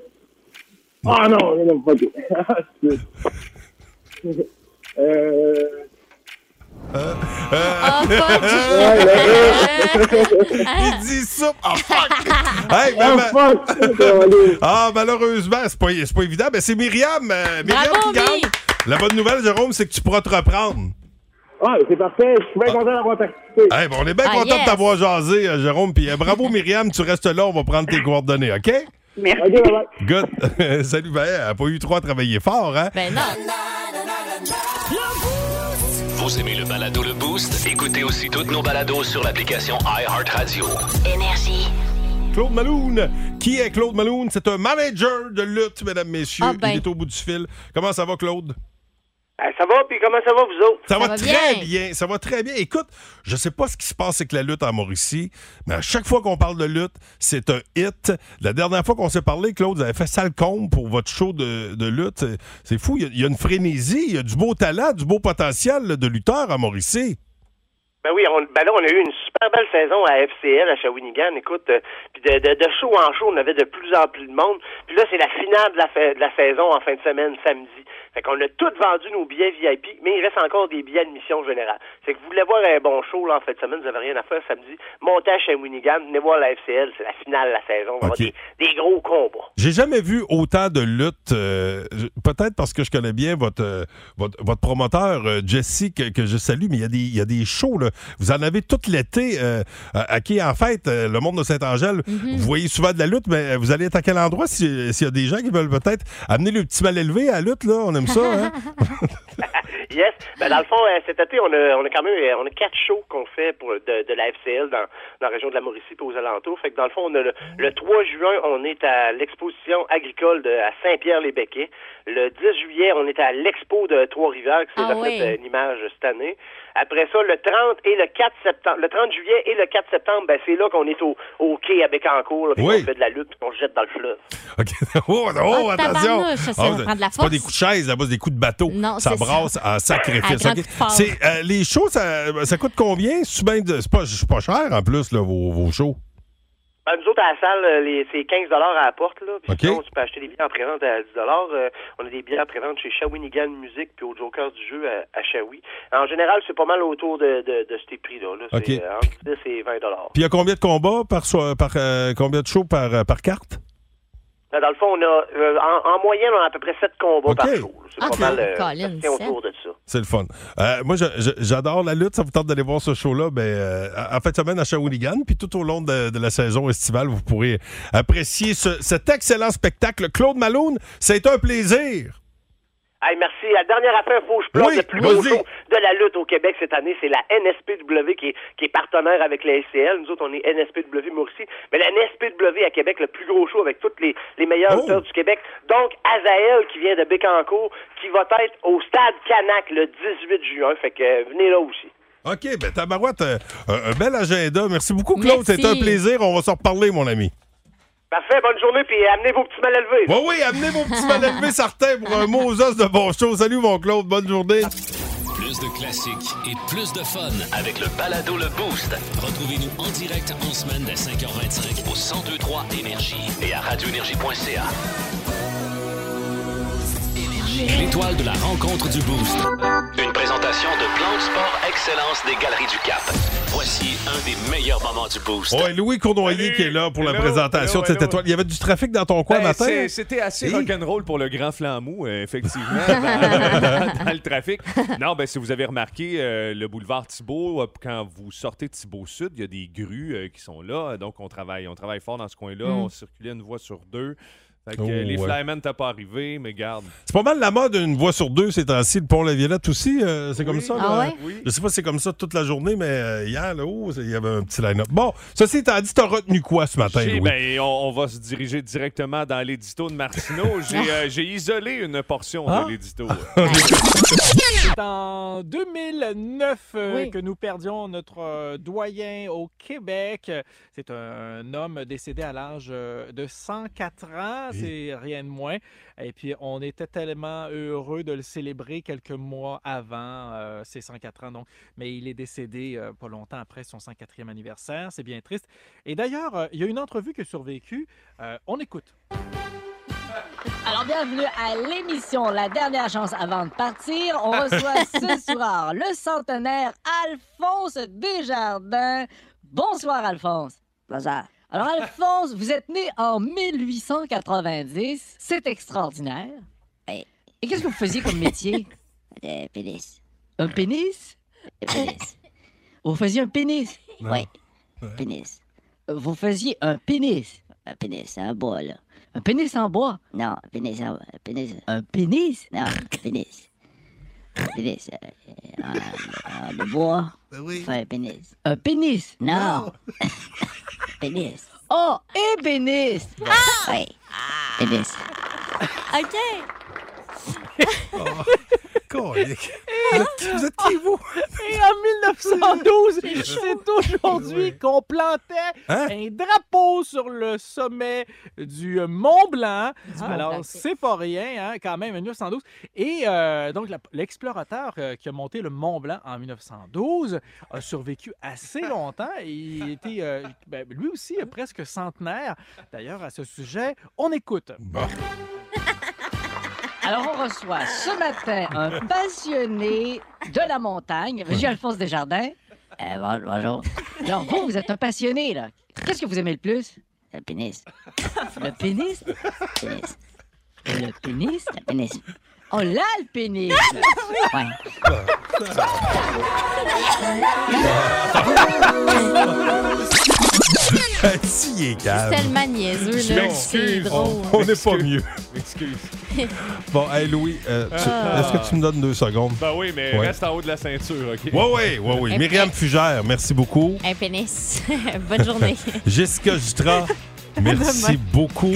[SPEAKER 14] Ah non, non, non, pas (laughs) tout. euh...
[SPEAKER 1] Ah, (laughs) Il dit soupe. Ah, fuck!
[SPEAKER 3] (laughs)
[SPEAKER 14] Oh,
[SPEAKER 1] Hey, ben, ben- ah, malheureusement, c'est pas, c'est pas évident. Mais c'est Myriam. euh, Myriam
[SPEAKER 14] Bravo,
[SPEAKER 1] qui gagne.
[SPEAKER 14] Mi.
[SPEAKER 1] La bonne nouvelle, Jérôme, c'est que tu pourras te reprendre.
[SPEAKER 14] Ah, c'est parfait. Je suis bien content d'avoir participé.
[SPEAKER 1] Hey, ben, on est bien
[SPEAKER 14] Ah,
[SPEAKER 1] content
[SPEAKER 14] yes.
[SPEAKER 1] de t'avoir jasé, euh, Jérôme. Puis euh, bravo, Myriam, tu restes là, on va prendre tes coordonnées, OK?
[SPEAKER 14] Merci.
[SPEAKER 1] Good. (laughs) Salut, ben, elle a pas eu trois à travailler fort, hein?
[SPEAKER 7] Ben non.
[SPEAKER 2] Vous aimez le balado Le Boost? Écoutez aussi toutes nos balados sur l'application iHeartRadio.
[SPEAKER 15] Énergie.
[SPEAKER 1] Claude Maloune. Qui est Claude Maloune? C'est un manager de lutte, mesdames, messieurs.
[SPEAKER 15] Ah ben.
[SPEAKER 1] Il est au bout du fil. Comment ça va, Claude?
[SPEAKER 15] Ben, ça va, puis comment ça va, vous autres?
[SPEAKER 1] Ça, va, très bien. Ça va très bien. Écoute, je sais pas ce qui se passe avec la lutte en Mauricie, mais à chaque fois qu'on parle de lutte, c'est un hit. La dernière fois qu'on s'est parlé, Claude, vous avez fait Salcombe pour votre show de, de lutte. C'est- C'est fou. Il y a- il y, a une frénésie. Il y a du beau talent, du beau potentiel là, de lutteur à Mauricie.
[SPEAKER 15] Ben oui, on, ben là, on a eu une super belle saison à FCL, à Shawinigan, écoute. euh, puis de, de, de show en show, on avait de plus en plus de monde. Puis là, c'est la finale de la, fa- de la saison en fin de semaine, samedi. Fait qu'on a tous vendu nos billets VIP, mais il reste encore des billets admission générale. C'est que vous voulez voir un bon show là, en fin de semaine, vous n'avez rien à faire samedi. Montez à Shawinigan, venez voir la FCL, c'est la finale de la saison. On va
[SPEAKER 1] Ok.
[SPEAKER 15] avoir des, des gros combats.
[SPEAKER 1] J'ai jamais vu autant de luttes. euh, je- Peut-être parce que je connais bien votre, euh, votre, votre promoteur, euh, Jesse, que, que je salue, mais il y a des, il y a des shows. là. Vous en avez tout l'été. euh, à, à qui, en fait, euh, le monde de Saint-Angèle,
[SPEAKER 16] Mhm.
[SPEAKER 1] vous voyez souvent de la lutte, mais vous allez être à quel endroit si- s'il y a des gens qui veulent peut-être amener le petit mal élevé à la lutte? Là, on aime ça. hein?
[SPEAKER 15] (laughs) Yes. Ben, dans le fond, euh, cet été, on a, on a quand même euh, on a quatre shows qu'on fait pour, de, de la FCL dans, dans la région de la Mauricie et aux alentours. Fait que dans le fond, on a le, le 3 juin, on est à l'exposition agricole de, à Saint-Pierre-les-Béquets. Le 10 juillet, on est à l'expo de Trois-Rivières, qui s'est
[SPEAKER 7] Ah
[SPEAKER 15] fait
[SPEAKER 7] oui.
[SPEAKER 15] euh, une image cette année. Après ça, le 30 et le 4 septembre, le 30 juillet et le 4 septembre, ben, c'est là qu'on est au, au quai à Bécancour, là, puis
[SPEAKER 1] Oui.
[SPEAKER 15] qu'on fait de la lutte, puis qu'on se jette dans le fleuve.
[SPEAKER 1] (laughs) oh, oh,
[SPEAKER 15] Ah,
[SPEAKER 1] attention!
[SPEAKER 15] tabarnouche, ça, ça
[SPEAKER 1] Ah,
[SPEAKER 15] va
[SPEAKER 1] c'est-
[SPEAKER 15] prendre de la
[SPEAKER 1] c'est pas
[SPEAKER 15] force.
[SPEAKER 1] des coups de chaise là-bas, c'est des coups de bateau.
[SPEAKER 15] Non,
[SPEAKER 1] ça
[SPEAKER 15] c'est ça.
[SPEAKER 1] brasse à
[SPEAKER 15] À
[SPEAKER 1] sacrifice.
[SPEAKER 15] grand
[SPEAKER 1] ok?
[SPEAKER 15] coup de fort.
[SPEAKER 1] C'est, euh, les shows, ça, ça coûte combien? C'est bien de- c'est pas, c'est pas cher en plus, là, vos, vos shows.
[SPEAKER 15] Ben, nous autres, à la salle, euh, les- c'est 15 à la porte. Là. Puis
[SPEAKER 1] OK.
[SPEAKER 15] sinon, tu peux acheter des billets en prévente à 10 Euh, On a des billets en prévente chez Shawinigan Music puis au Jokers du jeu à, à Shawi. En général, c'est pas mal autour de, de, de ces prix-là. Là.
[SPEAKER 1] OK.
[SPEAKER 15] C'est euh, entre 10 et 20
[SPEAKER 1] Puis il y a combien de combats par, so- par euh, combien de shows par, euh, par carte?
[SPEAKER 15] Ben, Dans le fond, on a, euh, en, en moyenne, on a à peu près 7 combats
[SPEAKER 1] OK.
[SPEAKER 15] par jour.
[SPEAKER 9] Ah,
[SPEAKER 15] C'est
[SPEAKER 1] OK.
[SPEAKER 15] pas mal. euh,
[SPEAKER 1] Colin,
[SPEAKER 15] c'est autour de ça.
[SPEAKER 1] C'est le fun. Euh, moi, je- je- j'adore la lutte. Ça vous tente d'aller voir ce show-là. Ben, euh, en fin de semaine à Shawinigan. Puis tout au long de, de la saison estivale, vous pourrez apprécier ce- cet excellent spectacle. Claude Malone, c'est un plaisir.
[SPEAKER 15] Hey, merci. La dernière affaire, faut que je plante
[SPEAKER 1] Oui,
[SPEAKER 15] le plus gros
[SPEAKER 1] vas-y.
[SPEAKER 15] show de la lutte au Québec cette année. C'est la NSPW qui est, qui est partenaire avec la SCL. Nous autres, on est NSPW Mauricie. Mais la NSPW à Québec, le plus gros show avec toutes les, les
[SPEAKER 1] Oh.
[SPEAKER 15] meilleurs lutteurs du Québec. Donc, Azael qui vient de Bécancour, qui va être au Stade Canac le 18 juin. Fait que euh, venez là aussi.
[SPEAKER 1] OK, ben tabarouette, euh, un, un bel agenda. Merci beaucoup, Claude. C'est un plaisir. On va s'en reparler, mon ami.
[SPEAKER 15] Parfait, bonne journée, puis amenez vos petits mal élevés.
[SPEAKER 1] Oui, oui, amenez vos petits mal élevés (laughs) certains pour un mot aux os de bon show. Salut, mon Claude. Bonne journée.
[SPEAKER 2] Plus de classiques et plus de fun avec le balado Le Boost. Retrouvez-nous en direct en semaine dès 5h25 au 1023 Énergie et à radioénergie.ca. L'étoile de la rencontre du Boost. Une présentation de Plan de Sport Excellence des Galeries du Cap. Voici un des meilleurs moments du Boost.
[SPEAKER 1] Ouais, Louis Cournoyer qui est là pour la
[SPEAKER 2] Hello,
[SPEAKER 1] présentation de
[SPEAKER 2] hello,
[SPEAKER 1] cette étoile. Il y avait du trafic dans ton coin
[SPEAKER 16] Ben,
[SPEAKER 1] matin?
[SPEAKER 16] c'est-
[SPEAKER 1] hein?
[SPEAKER 16] C'était assez
[SPEAKER 1] Hey.
[SPEAKER 16] rock'n'roll pour le grand flambeau, euh, effectivement,
[SPEAKER 1] (laughs)
[SPEAKER 16] dans, dans- dans le trafic. Non, ben si vous avez remarqué, euh, le boulevard Thibault, euh, quand vous sortez de Thibault Sud, il y a des grues euh, qui sont là. Donc, on travaille, on travaille fort dans ce coin-là.
[SPEAKER 1] Mm.
[SPEAKER 16] On circulait une voie sur deux. Fait que,
[SPEAKER 1] Oh,
[SPEAKER 16] euh, les
[SPEAKER 1] ouais.
[SPEAKER 16] flymen, t'as pas arrivé, mais garde.
[SPEAKER 1] C'est pas mal la mode, une voie sur deux ces temps-ci. Le pont La Violette aussi, euh, c'est comme ça. là.
[SPEAKER 16] Ah ouais? Oui.
[SPEAKER 1] Je sais pas si c'est comme ça toute la journée, mais euh, hier, là, oh, il y avait un petit line-up. Bon, ceci étant dit, t'as retenu quoi ce matin,
[SPEAKER 16] J'ai-
[SPEAKER 1] Louis? (laughs)
[SPEAKER 16] ben, on, on va se diriger directement dans l'édito de
[SPEAKER 1] (laughs)
[SPEAKER 16] Martineau. J'ai euh, j'ai isolé une portion
[SPEAKER 10] Ah.
[SPEAKER 16] de l'édito.
[SPEAKER 10] C'est en 2009 euh,
[SPEAKER 16] Oui.
[SPEAKER 10] que nous perdions notre euh, doyen au Québec. C'est un homme décédé à l'âge euh, de 104 ans, c'est rien de moins. Et puis, on était tellement heureux de le célébrer quelques mois avant euh, ses 104 ans. Donc. Mais il est décédé euh, pas longtemps après son 104e anniversaire. C'est bien triste. Et d'ailleurs, euh, il y a une entrevue qui a survécu. Euh, on écoute.
[SPEAKER 3] Alors, bienvenue à l'émission La dernière chance avant de partir. On reçoit ce soir le centenaire Alphonse Desjardins. Bonsoir, Alphonse. Bonsoir. Alors, Alphonse, vous êtes né en 1890. C'est extraordinaire. Et qu'est-ce que vous faisiez
[SPEAKER 17] (laughs)
[SPEAKER 3] comme métier?
[SPEAKER 17] Le Euh, pénis. Euh,
[SPEAKER 3] Un pénis? Vous faisiez un pénis?
[SPEAKER 17] Oui.
[SPEAKER 3] Pénis. Vous faisiez un pénis?
[SPEAKER 17] Un pénis en bois, là.
[SPEAKER 3] Un pénis en bois?
[SPEAKER 17] Non, un pénis en bois. Un pénis.
[SPEAKER 3] Un pénis?
[SPEAKER 17] Non, un pénis. Un pénis. euh, euh, en- en- de bois. Faire un pénis.
[SPEAKER 3] Un pénis?
[SPEAKER 17] Non. (laughs) pénis.
[SPEAKER 3] Oh, ébéniste!
[SPEAKER 17] Ah,
[SPEAKER 3] Ah!
[SPEAKER 17] Oui.
[SPEAKER 7] (laughs)
[SPEAKER 17] Pénis.
[SPEAKER 7] OK.
[SPEAKER 1] Vous êtes qui, vous?
[SPEAKER 10] Et en 1912, c'est aujourd'hui qu'on plantait
[SPEAKER 1] Hein?
[SPEAKER 10] un drapeau sur le sommet du euh, Mont Blanc.
[SPEAKER 2] Ah,
[SPEAKER 10] Alors,
[SPEAKER 2] ok.
[SPEAKER 10] c'est pas rien, hein, quand même, 1912. Et euh, donc, la- l'explorateur euh, qui a monté le Mont Blanc en 1912 a survécu
[SPEAKER 1] (laughs)
[SPEAKER 10] assez longtemps. Et il était, euh, ben, lui aussi, euh, presque centenaire. D'ailleurs, à ce sujet, on écoute.
[SPEAKER 3] Alors, on reçoit ce matin un passionné de la montagne, Régie-Alphonse Desjardins.
[SPEAKER 17] Euh, bon- bonjour.
[SPEAKER 3] Alors, vous, vous êtes un passionné, là. Qu'est-ce que vous aimez le plus?
[SPEAKER 17] Le pénis.
[SPEAKER 3] Le pénis?
[SPEAKER 17] pénis.
[SPEAKER 3] Le pénis?
[SPEAKER 17] Le pénis.
[SPEAKER 3] Oh là, le pénis!
[SPEAKER 17] Ouais.
[SPEAKER 1] Si, il est
[SPEAKER 7] C'est
[SPEAKER 1] calme.
[SPEAKER 7] tellement niaiseux,
[SPEAKER 1] Je
[SPEAKER 7] là. C'est
[SPEAKER 1] m'excuse.
[SPEAKER 7] drôle. hein.
[SPEAKER 1] On n'est pas mieux.
[SPEAKER 16] Excuse.
[SPEAKER 7] (laughs)
[SPEAKER 1] Bon, hey, Louis, euh, tu-
[SPEAKER 16] Ah.
[SPEAKER 1] est-ce que tu me donnes deux secondes?
[SPEAKER 16] Ben oui, mais
[SPEAKER 1] Ouais.
[SPEAKER 16] reste en haut de la ceinture, OK?
[SPEAKER 1] Oui, oui, oui, oui.
[SPEAKER 7] Après-
[SPEAKER 1] Myriam Fugère, merci beaucoup.
[SPEAKER 7] Un pénis. (laughs) Bonne journée.
[SPEAKER 1] (laughs)
[SPEAKER 7] (laughs)
[SPEAKER 1] Jessica Jutra, merci
[SPEAKER 7] Demain.
[SPEAKER 1] beaucoup.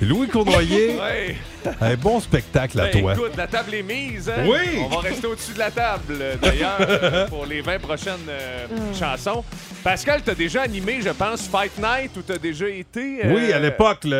[SPEAKER 1] Louis Cournoyer,
[SPEAKER 16] (laughs) Ouais.
[SPEAKER 1] un bon spectacle à
[SPEAKER 16] Ben,
[SPEAKER 1] toi.
[SPEAKER 16] Écoute, la table est mise. hein?
[SPEAKER 1] Oui.
[SPEAKER 16] On va rester au-dessus de la table, euh, d'ailleurs,
[SPEAKER 1] (laughs)
[SPEAKER 16] euh, pour les 20 prochaines euh, chansons. Pascal, t'as déjà animé, je pense, Fight Night, où t'as déjà été. euh,
[SPEAKER 1] oui, à l'époque, le-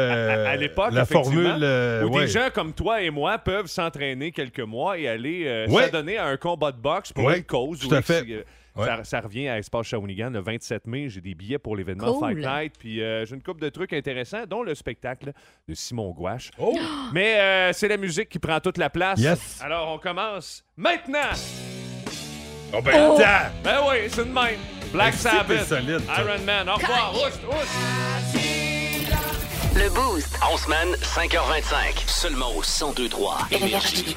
[SPEAKER 16] à l'époque,
[SPEAKER 1] Euh, la
[SPEAKER 16] effectivement,
[SPEAKER 1] formule. euh,
[SPEAKER 16] où
[SPEAKER 1] ouais.
[SPEAKER 16] des gens comme toi et moi peuvent s'entraîner quelques mois et aller euh,
[SPEAKER 1] Ouais.
[SPEAKER 16] s'adonner à un combat de boxe pour
[SPEAKER 1] Ouais,
[SPEAKER 16] une cause.
[SPEAKER 1] tout
[SPEAKER 16] Oui,
[SPEAKER 1] à fait.
[SPEAKER 16] si, euh, Ça, ça revient à Espace Shawinigan le 27 mai. J'ai des billets pour l'événement
[SPEAKER 2] Cool.
[SPEAKER 16] Fight Night. Puis euh, j'ai une couple de trucs intéressants, dont le spectacle de Simon Gouache.
[SPEAKER 1] Oh!
[SPEAKER 16] (gasps) Mais euh, c'est la musique qui prend toute la place.
[SPEAKER 2] Yes.
[SPEAKER 16] Alors on commence maintenant.
[SPEAKER 2] Oh, ben, Oh. attends.
[SPEAKER 16] Ben oui, c'est une même. Black
[SPEAKER 2] Mais si,
[SPEAKER 16] Sabbath,
[SPEAKER 2] t'es solide, toi.
[SPEAKER 16] Iron Man. Au revoir. Ouste,
[SPEAKER 3] Ah,
[SPEAKER 2] Le Boost. En semaine, 5h25. Seulement au 102.3 Énergie.